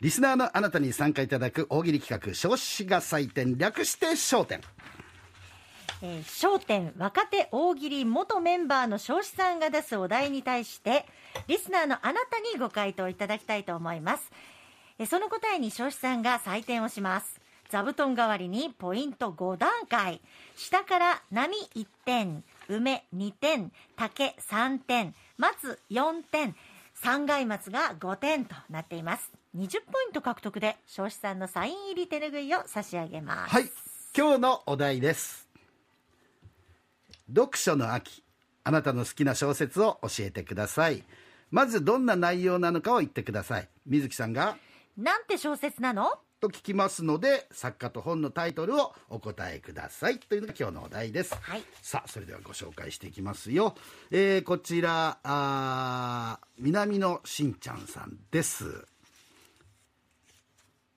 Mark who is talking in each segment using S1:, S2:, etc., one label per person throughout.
S1: リスナーのあなたに参加いただく大喜利企画「少子が採点」略して『焦点』
S2: えー焦点若手大喜利元メンバーの彰子さんが出すお題に対してリスナーのあなたにご回答いただきたいと思いますえーその答えに彰子さんが採点をします座布団代わりにポイント5段階下から波1点梅2点竹3点松4点三階松が5点となっています20ポイント獲得で彰子さんのサイン入り手ぬぐいを差し上げます、
S1: はい今日のお題です読書の秋あなたの好きな小説を教えてくださいまずどんな内容なのかを言ってください水木さんが
S2: なんて小説なの
S1: と聞きますので作家と本のタイトルをお答えくださいというのが今日のお題です、
S2: はい
S1: さあそれではご紹介していきますよ、えーこちらあー南のしんちゃんさんです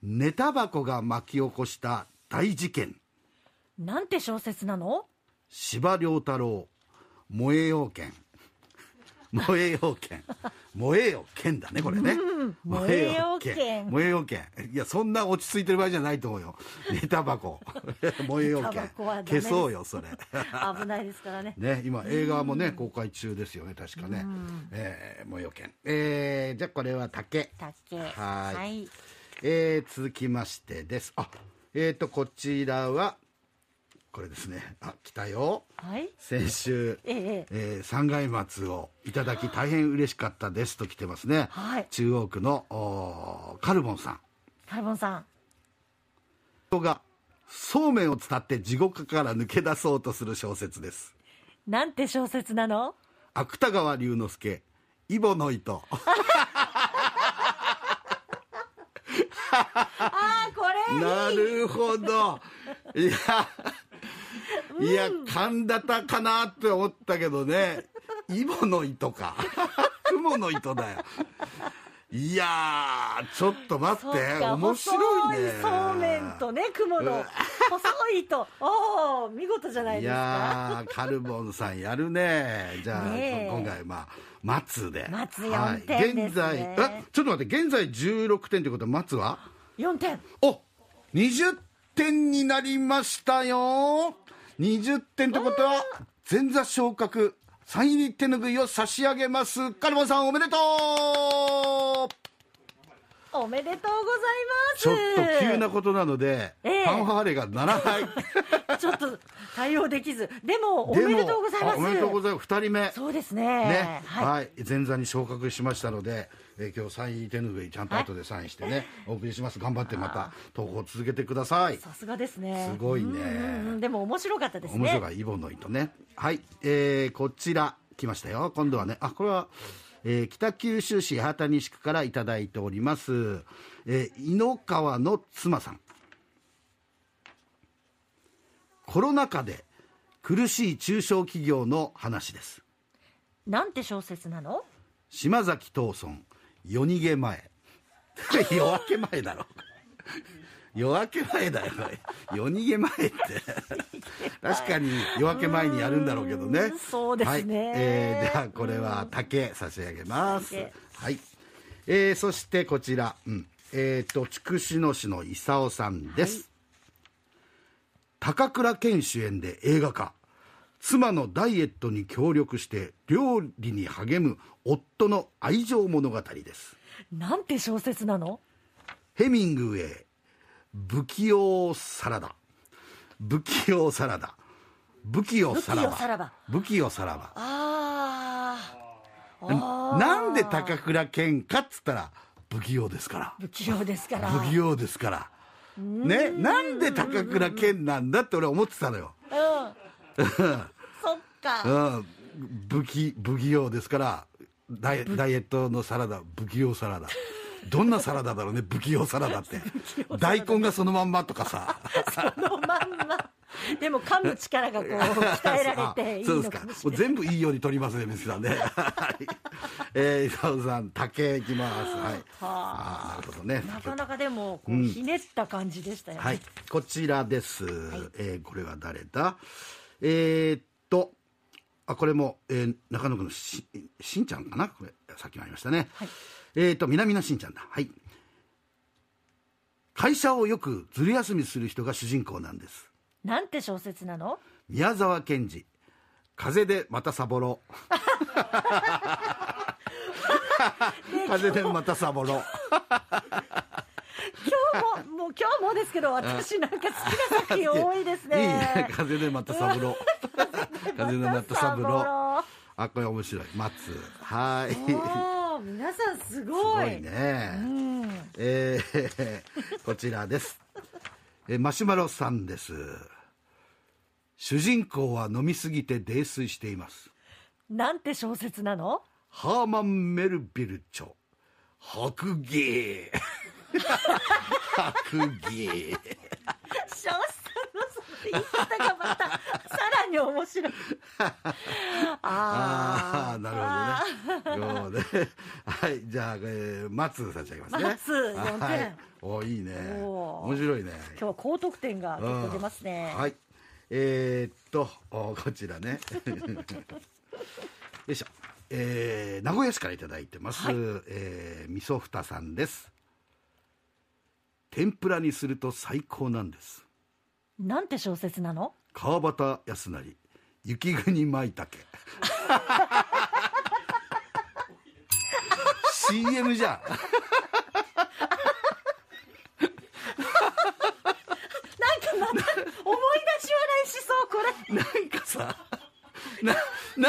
S1: 寝タバコが巻き起こした大事件
S2: なんて小説 なの
S1: 司馬遼太郎燃えよう剣 燃えよう剣燃えよ剣だねこれね
S2: 燃えよ剣
S1: 燃えよ剣いやそんな落ち着いてる場合じゃないと思うよ寝タバ コ燃えよう
S2: 寝タバ
S1: 剣
S2: コはダメで
S1: 消
S2: す
S1: そうよそれ
S2: 危ないですからね
S1: ね今映画もね公開中ですよね確かねえー燃えよう剣えーじゃあこれは竹
S2: 竹
S1: はーい
S2: はい
S1: えー続きましてですあえっ、とこちらはこれですねあ来たよ
S2: はい
S1: 先週
S2: ええ
S1: えー三階松をいただき大変嬉しかったですと来てますね、
S2: はい
S1: 中央区のおーカルボンさん
S2: カルボンさん
S1: 人がそうめんを伝って地獄から抜け出そうとする小説です
S2: なんて小説なの
S1: 芥川龍之介イボの糸
S2: ああこれ
S1: なるほどいやいや神田たかなって思ったけどねイボの糸か 雲の糸だよいやーちょっと待
S2: そ
S1: っ
S2: う
S1: て
S2: か
S1: 面白いね
S2: 細いそうめんとね雲
S1: う
S2: の
S1: わ
S2: 細いとおお見事じゃない
S1: い
S2: ですか
S1: やーカルボンさんやるねじゃあ、
S2: ねえ
S1: 今回まあ松で
S2: 松四点ですね
S1: はい、現在えちょっと待って現在16点ということは松は
S2: 4点
S1: お20点になりましたよ20点ってことは前座昇格サイン入り手ぬぐいを差し上げますカルボンさんおめでとう
S2: おめでとう
S1: ちょ
S2: ご
S1: っ
S2: ざいます
S1: と急なことなので、
S2: ええ
S1: ファンファーレがならない
S2: ちょっと対応できずで もおめでとうございま
S1: でもあ
S2: す
S1: おめでとうございます2人目
S2: そうです
S1: ね
S2: ね、
S1: はい、
S2: はい
S1: 前座に昇格しましたので、えー今日サイン入り手ぬぐいちゃんと後でサインしてね、お送りします頑張ってまた投稿続けてください
S2: さすがですね
S1: すごいね
S2: うんうんうんでも面白かったですね
S1: 面白いイボの糸ねはい、えーこちら来ましたよ今度はねあこれは、えー北九州市八幡西区からいただいております、えー井の川の妻さんコロナ禍で苦しい中小企業の話です
S2: なんて小説なの
S1: 島崎藤村夜逃げ前 夜明け前だろ夜明け前だよ夜逃げ前って確かに夜明け前にやるんだろうけど
S2: う
S1: ね
S2: ーんそうです
S1: は
S2: ね
S1: いえーではこれは竹差し上げます
S2: 竹
S1: はい、えーそしてこちら、うん、えっ、と筑紫野市の功さんです、高倉健主演で映画化妻のダイエットに協力して料理に励む夫の愛情物語です
S2: なんて小説なの
S1: ヘミングウェイ不器用サラダ不器用サラダ不器用サラ
S2: 不器用さら
S1: ダ不器用サラダ
S2: ばあーあー
S1: なんで高倉健かっつったら不器用ですから
S2: 不器用ですから
S1: 不器用ですからねなんで高倉健なんだって俺は思ってたのよ
S2: うんそっか
S1: うん、不器不器用ですからダイダイエットのサラダ不器用サラダどんなサラダだろうね不器用サラダって大根がそのまんまとかさ
S2: そのまんまでも噛む力がこう鍛えられていい
S1: そうです
S2: の
S1: か
S2: かもし
S1: も
S2: れ
S1: う
S2: ない
S1: 全部いいように取りますね水木さんねはいえー、伊沢さん竹いきますはいあーなるほどね
S2: なかなかでもこうひねった感じでしたよね、
S1: はい、こちらです。えーこれは誰だえーっと、あ、これも、えー中野区のししんちゃんかなこれ、さっきもありましたね。
S2: はい
S1: えーっと、南のしんちゃんだ。はい。会社をよくずる休みする人が主人公なんです
S2: なんて小説なの
S1: 宮沢賢治風でまたサボろ う風でまたサボろ う
S2: 今日ももう今日もですけど私なんか好きな作品多いですね
S1: いいね風でまたサブロ 風でまたサブロあこれ面白い松は
S2: お
S1: ーい
S2: ー皆さんす
S1: す
S2: ご
S1: ご
S2: い
S1: いね、
S2: うん、
S1: えーこちらですえーマシュマロさんです主人公は飲みすぎて泥酔しています
S2: なんて小説なの
S1: ハーマン・メルビル著白芸白芸
S2: ショーさんのその言い方がまたさらに面白い。
S1: あ
S2: あ
S1: あ
S2: あ、
S1: なるほどね。そうねはい、じゃあ、えー、松差し上げますね。
S2: 松四点
S1: はい、おいいね。
S2: おー
S1: 面白いね。
S2: 今日は高得点が結構出ますね
S1: う。んはい。えー、っと、おこちらね。 よいしょ。えー名古屋市からいただいてます。
S2: はい
S1: えー、みそふたさんです。天ぷらにすると最高なんです。
S2: なんて小説なの
S1: 川端康成、雪国舞茸。CM じゃん。
S2: なんかまた思い出し笑いしそう、これ。
S1: なんかさ、な、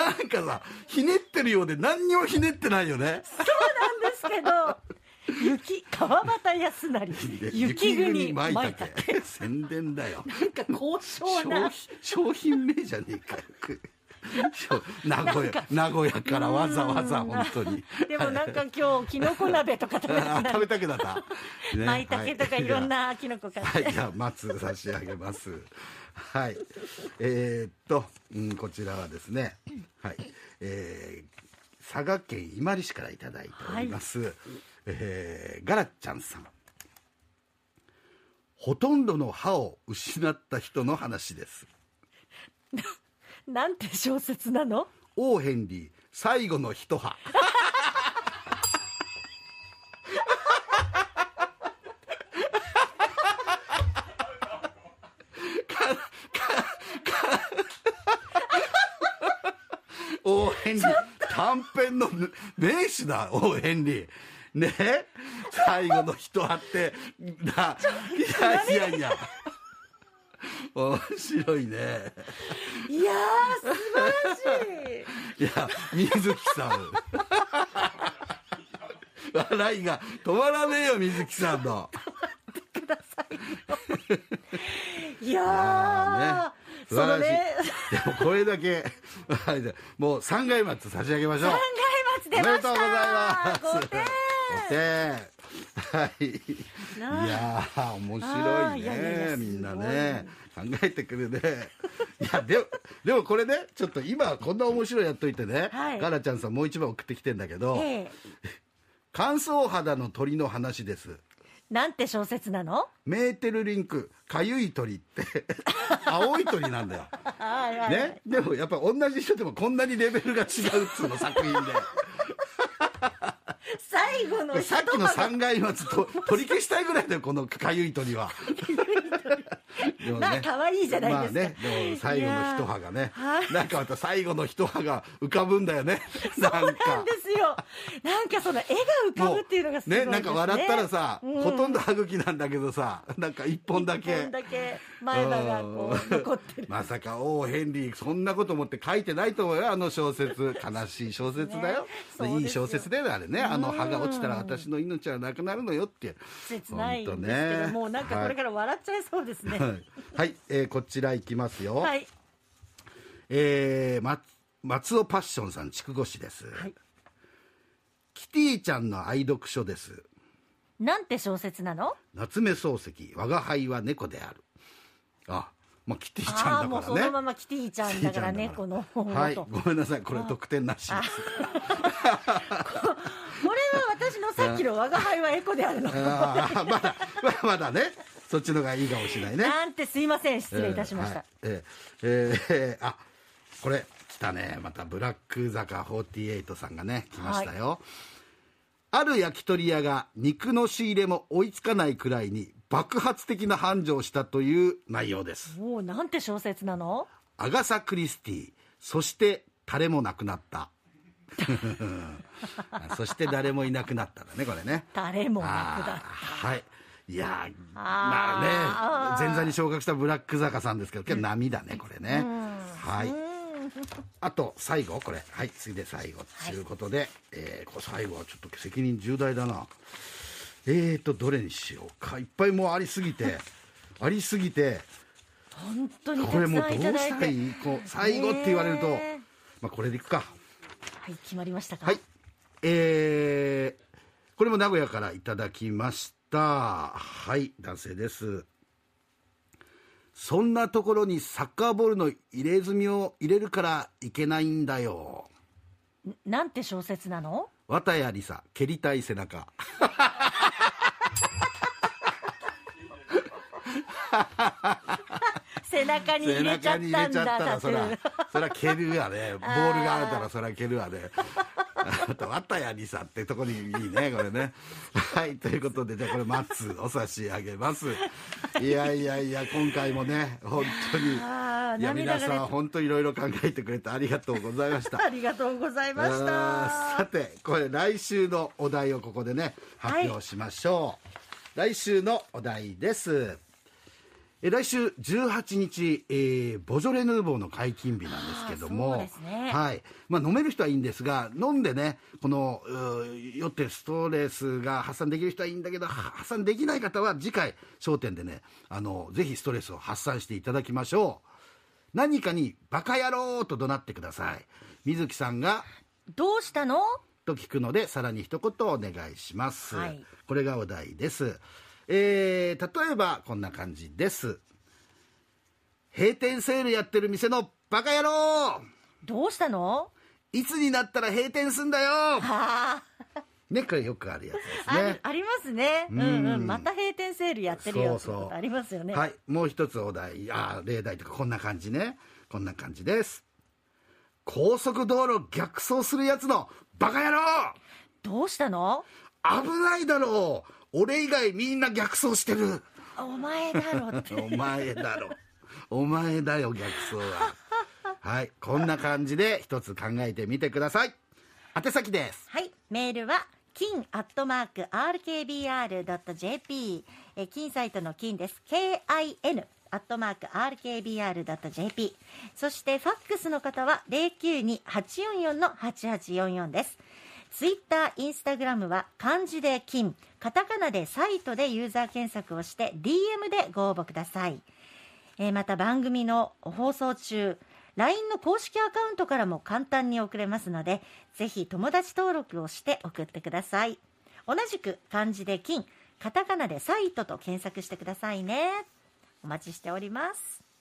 S1: なんかさ、ひねってるようで何にもひねってないよね。
S2: そうなんですけど、雪、川端康成、雪国舞
S1: 舞茸
S2: 茸。
S1: 宣伝だよ。
S2: なんか高尚
S1: 商
S2: な
S1: 品、商品名じゃねえ かよ。商名古屋、名古屋からわざわざ本当に。
S2: でもなんか今日、きのこ鍋とか食べた
S1: あ
S2: くな
S1: 食べ
S2: る。
S1: たくなった。ね
S2: 舞茸とかいろん。なきのこ買って。
S1: はい、じゃあ、松差し上げます。はい。えーっと、うん、こちらはですね、はい。えー佐賀県伊万里市からいただいております、えーガラッちゃんさん。ほとんどの歯を失った人の話です。
S2: なんて小説なの
S1: オーヘンリー、最後の一歯。オーヘンリー短編の名手だオーヘンリーねえ最後の人あってないやいやいや面白いね
S2: いやー、素晴らし
S1: い
S2: い。
S1: や水木さん笑いが止まらねえよ水木さんの
S2: ください。いやー
S1: あ、ーね
S2: そのね、
S1: でもこれだけはいじゃあもう三階松差し上げましょう
S2: 考え待ち出ました。
S1: おめでとうございます
S2: 5点。
S1: お手はい
S2: ない
S1: やー面白いね
S2: あーいやいやいや
S1: みんなね考えてくるねいやでもでもこれねちょっと今こんな面白いやっといてね、
S2: はい
S1: ガラちゃんさんもう一枚送ってきてんだけど
S2: ええ
S1: 「乾燥肌の鳥の話です」
S2: なんて小説なの？
S1: 「メーテルリンクかゆい鳥」って 青い鳥なんだよ、
S2: はいはい
S1: ね、でもやっぱ同じ人でもこんなにレベルが違うっつうの作品
S2: 最後の
S1: で
S2: 一
S1: さっきの三階松と取り消したいぐらいだよこのかゆい鳥はでも
S2: まあ可愛いじゃないですか
S1: まあね、でも最後の一葉がね
S2: は、
S1: なんかまた最後の一葉が浮かぶんだよ ね。なん
S2: なん
S1: か
S2: で。すよ。なんかその絵が浮かぶっていうのがすごい
S1: ね
S2: ですね。
S1: なんか笑ったらさ、
S2: うん
S1: ほとんど歯茎なんだけどさ、なんか一本だ
S2: 一
S1: け
S2: 本。だけ前歯がこう残ってる。
S1: まさか王ヘンリーそんなこと思って書いてないと思うよあの小説悲しい小説だよ
S2: ね、そうですよ
S1: いい小説だよあれねあの歯が落ちたら私の命はなくなるのよって
S2: 切ないんですけど、
S1: ほとね
S2: もうなんかこれから笑っちゃいそうですね。
S1: はい、はいえーこちらいきますよ、
S2: はい。
S1: えー、ま松尾パッションさん筑後市です、
S2: い
S1: キティちゃんの愛読書です
S2: なんて小説なの？
S1: 夏目漱石我が輩は猫であるあまあキティち
S2: あ
S1: ゃ
S2: あー
S1: んだ
S2: もう
S1: か
S2: その
S1: ら
S2: ま
S1: ね
S2: まキティちゃんだからねこの本
S1: は
S2: はいと、
S1: ごめんなさいこれ得点なしです
S2: これは私のさっきの「我が輩はエコであ るの」
S1: あーまだまだまだねそっちの方がいいかもしれないね
S2: なんてすいません失礼いたしました、
S1: えーはいえーえーあこれ来たねまたブラック坂48さんがね来ましたよ、ある焼き鳥屋が肉の仕入れも追いつかないくらいに爆発的な繁盛したという内容です
S2: おおなんて小説なの
S1: アガサ・クリスティそして誰もなくなった そして誰もいなくなっただねこれね
S2: 誰もなくな
S1: あ
S2: っ
S1: ーはいいやーまあ
S2: あー
S1: ね前座に昇格したブラック坂さんですけど今日波だねこれねはい あと最後これはい次で最後ということで、えーこれ最後はちょっと責任重大だなえーとどれにしようかいっぱいもうありすぎてありすぎて
S2: 本当にた
S1: これ
S2: く
S1: もう
S2: さ
S1: ど
S2: ん
S1: う
S2: い
S1: した
S2: だい
S1: た
S2: て
S1: らいいこう最後って言われると、
S2: ね
S1: まあ、これでいくか
S2: はい決まりましたか
S1: はい。えー、これも名古屋からいただきました。はい、男性です。そんなところにサッカーボールの入れ墨を入れるからいけないんだよ。
S2: なんて小説なの
S1: 綿谷りさ、蹴りたい背中。
S2: 背中に入れちゃったんだだって
S1: そら、そら蹴るわ ね。ボールがあるからそら蹴るわね。あと、綿谷りさってとこにいいね、これね。 はい、ということで、じゃあこれ、松、お差し上げます。いやいやいや、今回もね、本当に。
S2: あー
S1: いや、
S2: 涙が
S1: 皆
S2: 出て
S1: さん、本当いろいろ考えてくれてありがとうございました。
S2: ありがとうございまし
S1: あーさ
S2: た
S1: てこれ来週のお題をここでね
S2: は
S1: 発
S2: い
S1: 表しましょう、来週のお題ですえ来週18日、えーボジョレ・ヌーボーの解禁日なんですけども
S2: あーそうですね
S1: はいまあ、飲める人はいいんですが飲んでねこのうー酔ってストレスが発散できる人はいいんだけどは発散できない方は次回『笑点』でねあのぜひストレスを発散していただきましょう何かに「バカ野郎!」と怒鳴ってください水木さんが
S2: どうしたの
S1: と聞くのでさらに一言お願いします、
S2: はい
S1: これがお題です、えー例えばこんな感じです閉店セールやってる店のバカ野郎
S2: どうしたの
S1: いつになったら閉店すんだよ
S2: あ
S1: ねこれよくあるやつです
S2: あ、
S1: ね
S2: ありありますねうんうん、また閉店セールやってるよって
S1: そう
S2: こ
S1: そう
S2: とありますよね
S1: はいもう一つお題あー例題とかこんな感じねこんな感じです高速道路逆走するやつのバカ野郎
S2: どうしたの
S1: 危ないだろう俺以外みんな逆走してる
S2: お前だろって
S1: お前だろ。お前だよ、逆走は。はい。こんな感じで一つ考えてみてください。宛先です。
S2: はい、メールは金アットマーク RKBR.jp えー金サイトの金です KIN アットマーク RKBR.jp そしてファックスの方は092844の8844ですツイッター、インスタグラムは漢字で金カタカナでサイトでユーザー検索をして DM でご応募くださいえーまた番組の放送中 LINE の公式アカウントからも簡単に送れますのでぜひ友達登録をして送ってください同じく漢字で金カタカナでサイトと検索してくださいねお待ちしております